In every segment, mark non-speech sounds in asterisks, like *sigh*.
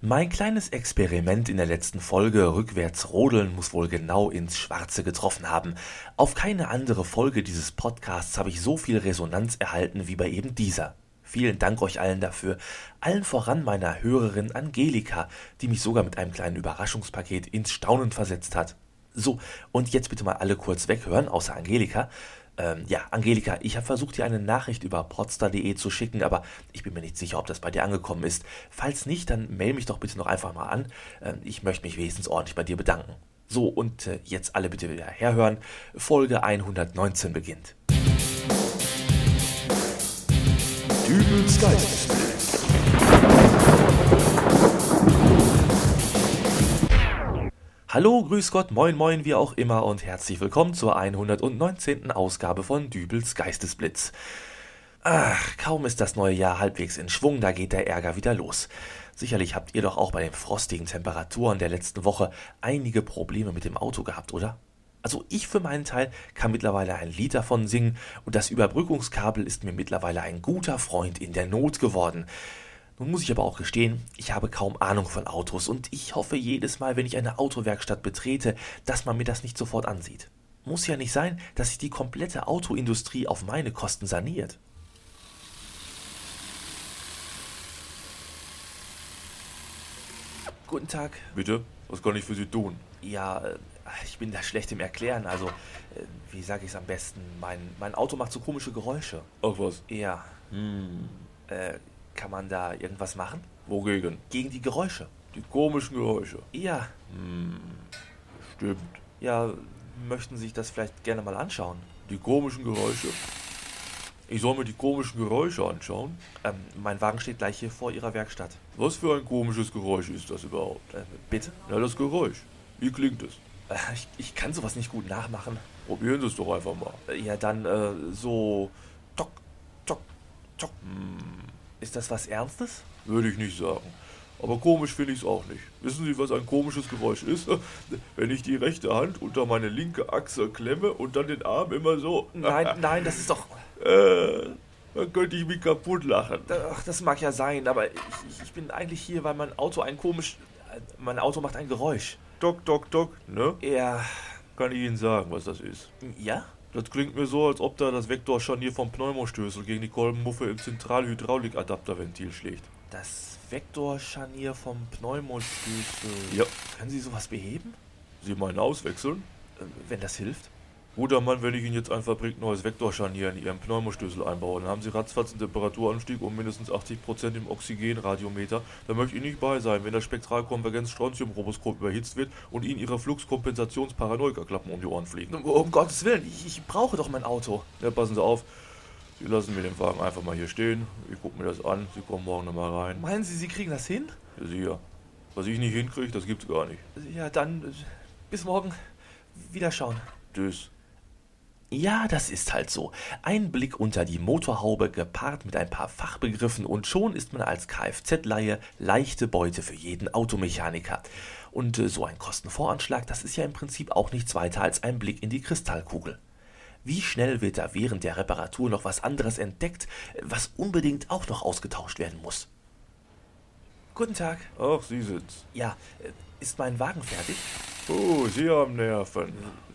Mein kleines Experiment in der letzten Folge rückwärts rodeln muss wohl genau ins Schwarze getroffen haben. Auf keine andere Folge dieses Podcasts habe ich so viel Resonanz erhalten wie bei eben dieser. Vielen Dank euch allen dafür. Allen voran meiner Hörerin Angelika, die mich sogar mit einem kleinen Überraschungspaket ins Staunen versetzt hat. So, und jetzt bitte mal alle kurz weghören, außer Angelika. Ähm, ja, Angelika, ich habe versucht, dir eine Nachricht über potster.de zu schicken, aber ich bin mir nicht sicher, ob das bei dir angekommen ist. Falls nicht, dann mail mich doch bitte noch einfach mal an. Ähm, ich möchte mich wenigstens ordentlich bei dir bedanken. So, und äh, jetzt alle bitte wieder herhören. Folge 119 beginnt. Dübels Geistesblick. Hallo, grüß Gott, moin, moin, wie auch immer und herzlich willkommen zur 119. Ausgabe von Dübels Geistesblitz. Ach, kaum ist das neue Jahr halbwegs in Schwung, da geht der Ärger wieder los. Sicherlich habt ihr doch auch bei den frostigen Temperaturen der letzten Woche einige Probleme mit dem Auto gehabt, oder? Also ich für meinen Teil kann mittlerweile ein Lied davon singen und das Überbrückungskabel ist mir mittlerweile ein guter Freund in der Not geworden. Nun muss ich aber auch gestehen, ich habe kaum Ahnung von Autos und ich hoffe jedes Mal, wenn ich eine Autowerkstatt betrete, dass man mir das nicht sofort ansieht. Muss ja nicht sein, dass sich die komplette Autoindustrie auf meine Kosten saniert. Guten Tag. Bitte? Was kann ich für Sie tun? Ja, äh, ich bin da schlecht im Erklären. Also, äh, wie sage ich es am besten? Mein, mein Auto macht so komische Geräusche. Ach was. Ja. Äh, kann man da irgendwas machen? Wogegen? Gegen die Geräusche. Die komischen Geräusche. Hm, Ja. Stimmt. Ja, möchten Sie sich das vielleicht gerne mal anschauen? Die komischen Geräusche. Ich soll mir die komischen Geräusche anschauen? Ähm, mein Wagen steht gleich hier vor Ihrer Werkstatt. Was für ein komisches Geräusch ist das überhaupt? Äh, bitte? Na, das Geräusch. Wie klingt es? Äh, ich, ich kann sowas nicht gut nachmachen. Probieren Sie es doch einfach mal. Äh, ja, dann äh, so. Tok, tok, tok. Ist das was Ernstes? Würde ich nicht sagen. Aber komisch finde ich es auch nicht. Wissen Sie, was ein komisches Geräusch ist? *laughs* Wenn ich die rechte Hand unter meine linke Achse klemme und dann den Arm immer so. *laughs* Nein, nein, das ist doch. Äh, dann könnte ich mich kaputt lachen. Ach, das mag ja sein, aber ich, ich- ich bin eigentlich hier, weil mein Auto ein komisch. äh, Mein Auto macht ein Geräusch. Tok, tok, tok, ne? Ja. Kann ich Ihnen sagen, was das ist. Ja? Das klingt mir so, als ob da das Vektorscharnier vom Pneumostößel gegen die Kolbenmuffe im Zentralhydraulikadapterventil schlägt. Das Vektorscharnier vom Pneumostößel. Ja. Können Sie sowas beheben? Sie meinen auswechseln? Äh, Wenn das hilft? Guter Mann, wenn ich Ihnen jetzt ein fabrikneues Vektorscharnier in Ihren Pneumostößel einbaue, dann haben Sie ratzfatz einen Temperaturanstieg um mindestens 80% im Oxygenradiometer. Da möchte ich nicht bei sein, wenn das spektralkonvergenz strontium roboskop überhitzt wird und Ihnen Ihre Fluxkompensationsparanoika-Klappen um die Ohren fliegen. Um Gottes Willen, ich, ich brauche doch mein Auto. Ja, passen Sie auf. Sie lassen mir den Wagen einfach mal hier stehen. Ich gucke mir das an. Sie kommen morgen nochmal rein. Meinen Sie, Sie kriegen das hin? Ja, sicher. Was ich nicht hinkriege, das gibt's gar nicht. Ja, dann äh, bis morgen. Wiederschauen. Tschüss. Ja, das ist halt so. Ein Blick unter die Motorhaube gepaart mit ein paar Fachbegriffen und schon ist man als Kfz-Laie leichte Beute für jeden Automechaniker. Und äh, so ein Kostenvoranschlag, das ist ja im Prinzip auch nichts weiter als ein Blick in die Kristallkugel. Wie schnell wird da während der Reparatur noch was anderes entdeckt, was unbedingt auch noch ausgetauscht werden muss? Guten Tag. Ach, Sie sind's. Ja, äh, ist mein Wagen fertig? Oh, Sie haben Nerven.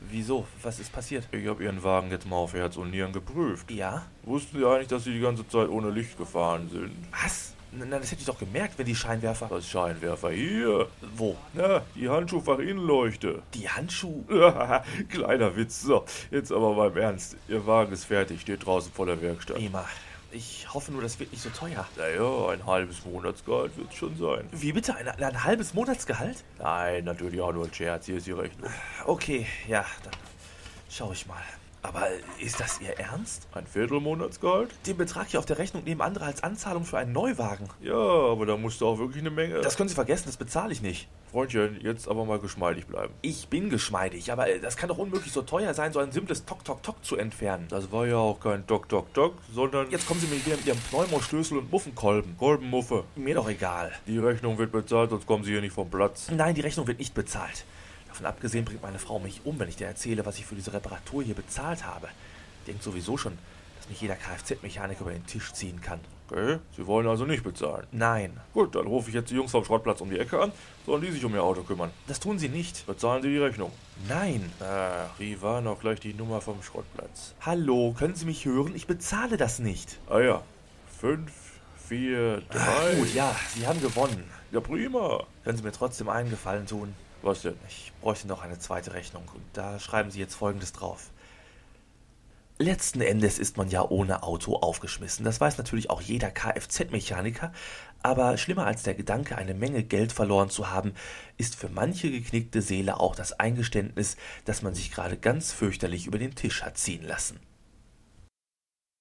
Wieso? Was ist passiert? Ich habe Ihren Wagen jetzt mal auf Herz und Nieren geprüft. Ja? Wussten Sie eigentlich, dass Sie die ganze Zeit ohne Licht gefahren sind? Was? Nein, das hätte ich doch gemerkt, wenn die Scheinwerfer. Das Scheinwerfer hier. Wo? Na, die Handschuhfachinnenleuchte. Die Handschuhe. *laughs* Kleiner Witz. So, jetzt aber beim Ernst. Ihr Wagen ist fertig, steht draußen vor der Werkstatt. Ema, ich hoffe nur, das wird nicht so teuer. Naja, ein halbes Monatsgehalt wird's schon sein. Wie bitte? Ein, ein halbes Monatsgehalt? Nein, natürlich auch nur ein Scherz. Hier ist die Rechnung. Okay, ja, dann schaue ich mal. Aber ist das Ihr Ernst? Ein Viertelmonatsgehalt? Den Betrag hier auf der Rechnung nehmen andere als Anzahlung für einen Neuwagen. Ja, aber da musst du auch wirklich eine Menge. Das können Sie vergessen, das bezahle ich nicht. Freundchen, jetzt aber mal geschmeidig bleiben. Ich bin geschmeidig, aber äh, das kann doch unmöglich so teuer sein, so ein simples Tok-Tok-Tok zu entfernen. Das war ja auch kein Doc Doc Doc, sondern Jetzt kommen Sie mir wieder mit Ihrem Pneumostößel und Muffenkolben. Kolbenmuffe. Mir doch egal. Die Rechnung wird bezahlt, sonst kommen Sie hier nicht vom Platz. Nein, die Rechnung wird nicht bezahlt. Davon abgesehen bringt meine Frau mich um, wenn ich dir erzähle, was ich für diese Reparatur hier bezahlt habe. Denkt sowieso schon, dass nicht jeder Kfz-Mechaniker über den Tisch ziehen kann. Okay, Sie wollen also nicht bezahlen. Nein, Gut, dann rufe ich jetzt die Jungs vom Schrottplatz um die Ecke an, sollen die sich um ihr Auto kümmern. das tun sie nicht. Bezahlen Sie die Rechnung. Nein. Ach, wie war noch gleich die Nummer vom Schrottplatz? Hallo, können Sie mich hören? Ich bezahle das nicht. Ah ja, 5, 4, Gut, 3. ja, Sie haben gewonnen. Ja, prima. Können Sie mir trotzdem einen Gefallen tun? Was denn? Ich bräuchte noch eine zweite Rechnung und da schreiben Sie jetzt Folgendes drauf. Letzten Endes ist man ja ohne Auto aufgeschmissen. Das weiß natürlich auch jeder Kfz-Mechaniker. Aber schlimmer als der Gedanke, eine Menge Geld verloren zu haben, ist für manche geknickte Seele auch das Eingeständnis, dass man sich gerade ganz fürchterlich über den Tisch hat ziehen lassen.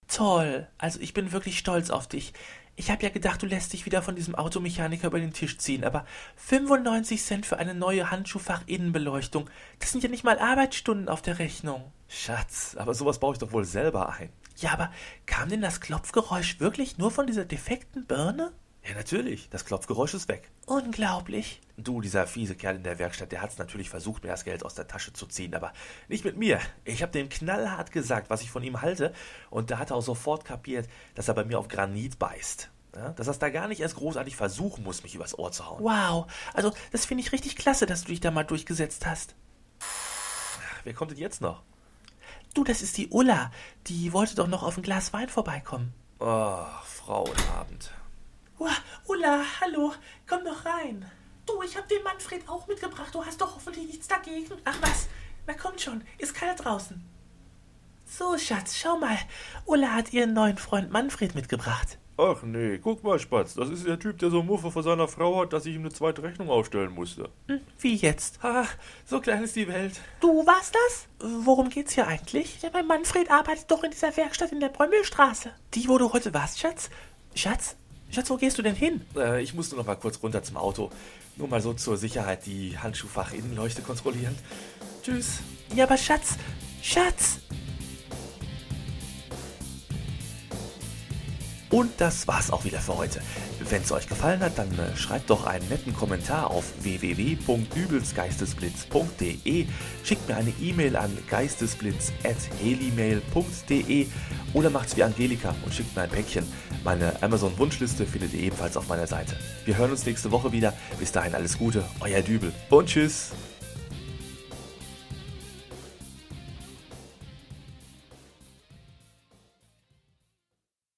Toll, also ich bin wirklich stolz auf dich. Ich habe ja gedacht, du lässt dich wieder von diesem Automechaniker über den Tisch ziehen, aber 95 Cent für eine neue Handschuhfachinnenbeleuchtung, das sind ja nicht mal Arbeitsstunden auf der Rechnung. Schatz, aber sowas baue ich doch wohl selber ein. Ja, aber kam denn das Klopfgeräusch wirklich nur von dieser defekten Birne? Ja, natürlich. Das Klopfgeräusch ist weg. Unglaublich. Du, dieser fiese Kerl in der Werkstatt, der hat's natürlich versucht, mir das Geld aus der Tasche zu ziehen, aber nicht mit mir. Ich habe dem knallhart gesagt, was ich von ihm halte, und da hat er auch sofort kapiert, dass er bei mir auf Granit beißt. Ja, dass er da gar nicht erst großartig versuchen muss, mich übers Ohr zu hauen. Wow, also das finde ich richtig klasse, dass du dich da mal durchgesetzt hast. Wer kommt denn jetzt noch? Du, das ist die Ulla. Die wollte doch noch auf ein Glas Wein vorbeikommen. Ach, Frauenabend. Uah, Ulla, hallo, komm doch rein. Du, ich hab den Manfred auch mitgebracht. Du hast doch hoffentlich nichts dagegen. Ach was, na komm schon, ist kalt draußen. So, Schatz, schau mal. Ulla hat ihren neuen Freund Manfred mitgebracht. Ach nee, guck mal, Spatz, das ist der Typ, der so Muffe vor seiner Frau hat, dass ich ihm eine zweite Rechnung aufstellen musste. Hm, Wie jetzt? Ach, so klein ist die Welt. Du warst das? Worum geht's hier eigentlich? Ja, mein Manfred arbeitet doch in dieser Werkstatt in der Brömmelstraße. Die, wo du heute warst, Schatz? Schatz? Schatz, wo gehst du denn hin? Äh, ich muss nur noch mal kurz runter zum Auto. Nur mal so zur Sicherheit die Handschuhfachinnenleuchte kontrollieren. Tschüss. Ja, aber Schatz, Schatz! Und das war's auch wieder für heute. Wenn's euch gefallen hat, dann äh, schreibt doch einen netten Kommentar auf www.dübelsgeistesblitz.de, schickt mir eine E-Mail an geistesblitz.helimail.de oder macht's wie Angelika und schickt mir ein Päckchen. Meine Amazon-Wunschliste findet ihr ebenfalls auf meiner Seite. Wir hören uns nächste Woche wieder. Bis dahin alles Gute, euer Dübel und tschüss!